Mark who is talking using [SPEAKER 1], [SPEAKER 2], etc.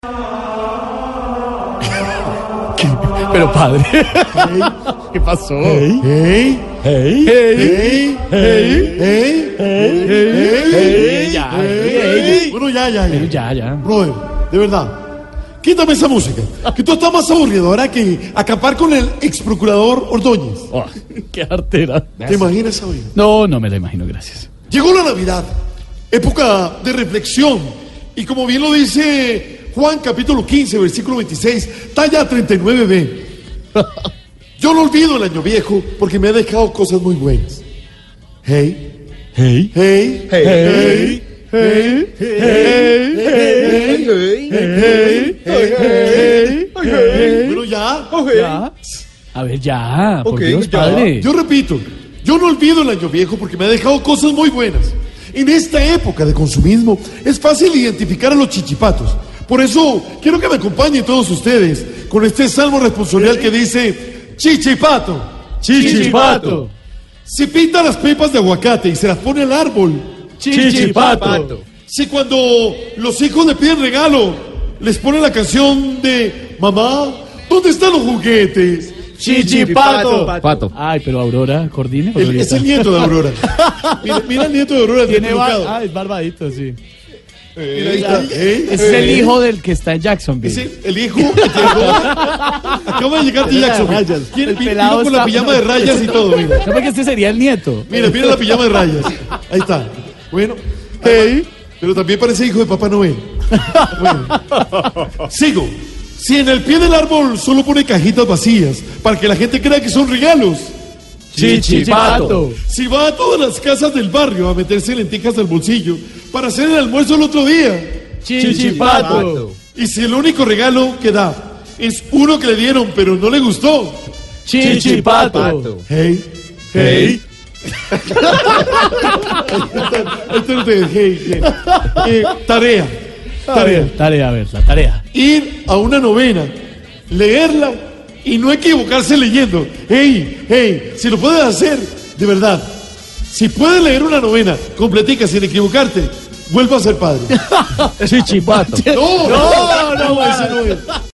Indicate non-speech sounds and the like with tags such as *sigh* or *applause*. [SPEAKER 1] *laughs* Pero padre. ¿Qué pasó?
[SPEAKER 2] ¡Hey!
[SPEAKER 1] Ey, ey,
[SPEAKER 2] ¡Hey!
[SPEAKER 1] ey, ey, ya, ey.
[SPEAKER 2] Bueno, ya, ya, ya.
[SPEAKER 1] Ya, ya.
[SPEAKER 2] Brother, de verdad. Quítame esa música. Que tú estás más aburridora que acampar con el ex procurador Ordóñez.
[SPEAKER 1] Oh, *laughs* qué artera.
[SPEAKER 2] ¿Te imaginas esa vida?
[SPEAKER 1] No, no me la imagino, gracias.
[SPEAKER 2] Llegó la Navidad, época de reflexión. Y como bien lo dice Juan capítulo 15, versículo 26, talla 39b.
[SPEAKER 1] *laughs*
[SPEAKER 2] Yo no olvido el año viejo porque me ha dejado cosas muy buenas. Hey,
[SPEAKER 1] Hey.
[SPEAKER 2] hey, hey, hey, hey, hey, hey, hey. Bueno, ya.
[SPEAKER 1] Ya. A ver, ya, por
[SPEAKER 3] Ok,
[SPEAKER 1] Dios,
[SPEAKER 3] ya.
[SPEAKER 1] padre.
[SPEAKER 2] Yo repito, yo no olvido el año viejo porque me ha dejado cosas muy buenas. En esta época de consumismo es fácil identificar a los chichipatos. Por eso quiero que me acompañen todos ustedes con este salmo responsorial que dice Chichipato,
[SPEAKER 1] Chichipato.
[SPEAKER 2] Si pinta las pepas de aguacate y se las pone al árbol.
[SPEAKER 1] Chichipato.
[SPEAKER 2] Si cuando los hijos le piden regalo, les pone la canción de Mamá, ¿dónde están los juguetes?
[SPEAKER 1] Chichipato.
[SPEAKER 3] Pato.
[SPEAKER 1] Ay, pero Aurora, coordine.
[SPEAKER 2] El- es el nieto de Aurora. Mira, mira el nieto de Aurora.
[SPEAKER 1] Tiene bar-
[SPEAKER 2] despelucado.
[SPEAKER 1] ah, es barbadito, sí.
[SPEAKER 2] Mira, ahí está. ¿Eh?
[SPEAKER 1] Es el hijo del que está en Jacksonville.
[SPEAKER 2] Sí, el hijo que llegó. Acaba de llegar de Jacksonville. ¿Quién
[SPEAKER 1] El
[SPEAKER 2] vino
[SPEAKER 1] pelado
[SPEAKER 2] con la
[SPEAKER 1] está-
[SPEAKER 2] pijama de rayas y todo? Mira,
[SPEAKER 1] No, porque este sería el nieto.
[SPEAKER 2] mira, mira la pijama de rayas. Ahí está. Bueno, hey, pero también parece hijo de Papá Noel. Bueno, sigo. Si en el pie del árbol solo pone cajitas vacías para que la gente crea que son regalos.
[SPEAKER 1] Chichipato.
[SPEAKER 2] Si va a todas las casas del barrio a meterse lentejas al bolsillo para hacer el almuerzo el otro día.
[SPEAKER 1] Chichipato.
[SPEAKER 2] Y si el único regalo que da es uno que le dieron pero no le gustó.
[SPEAKER 1] Chichipato.
[SPEAKER 2] Hey, hey. *laughs* Esto no te hey, hey. Eh, tarea, tarea.
[SPEAKER 1] Tarea, a ver, la tarea.
[SPEAKER 2] Ir a una novena, leerla y no equivocarse leyendo. Hey, hey, si lo puedes hacer, de verdad. Si puedes leer una novena completica sin equivocarte, vuelvo a ser padre.
[SPEAKER 1] *laughs* Chichipato.
[SPEAKER 2] No, no, no, ese no es.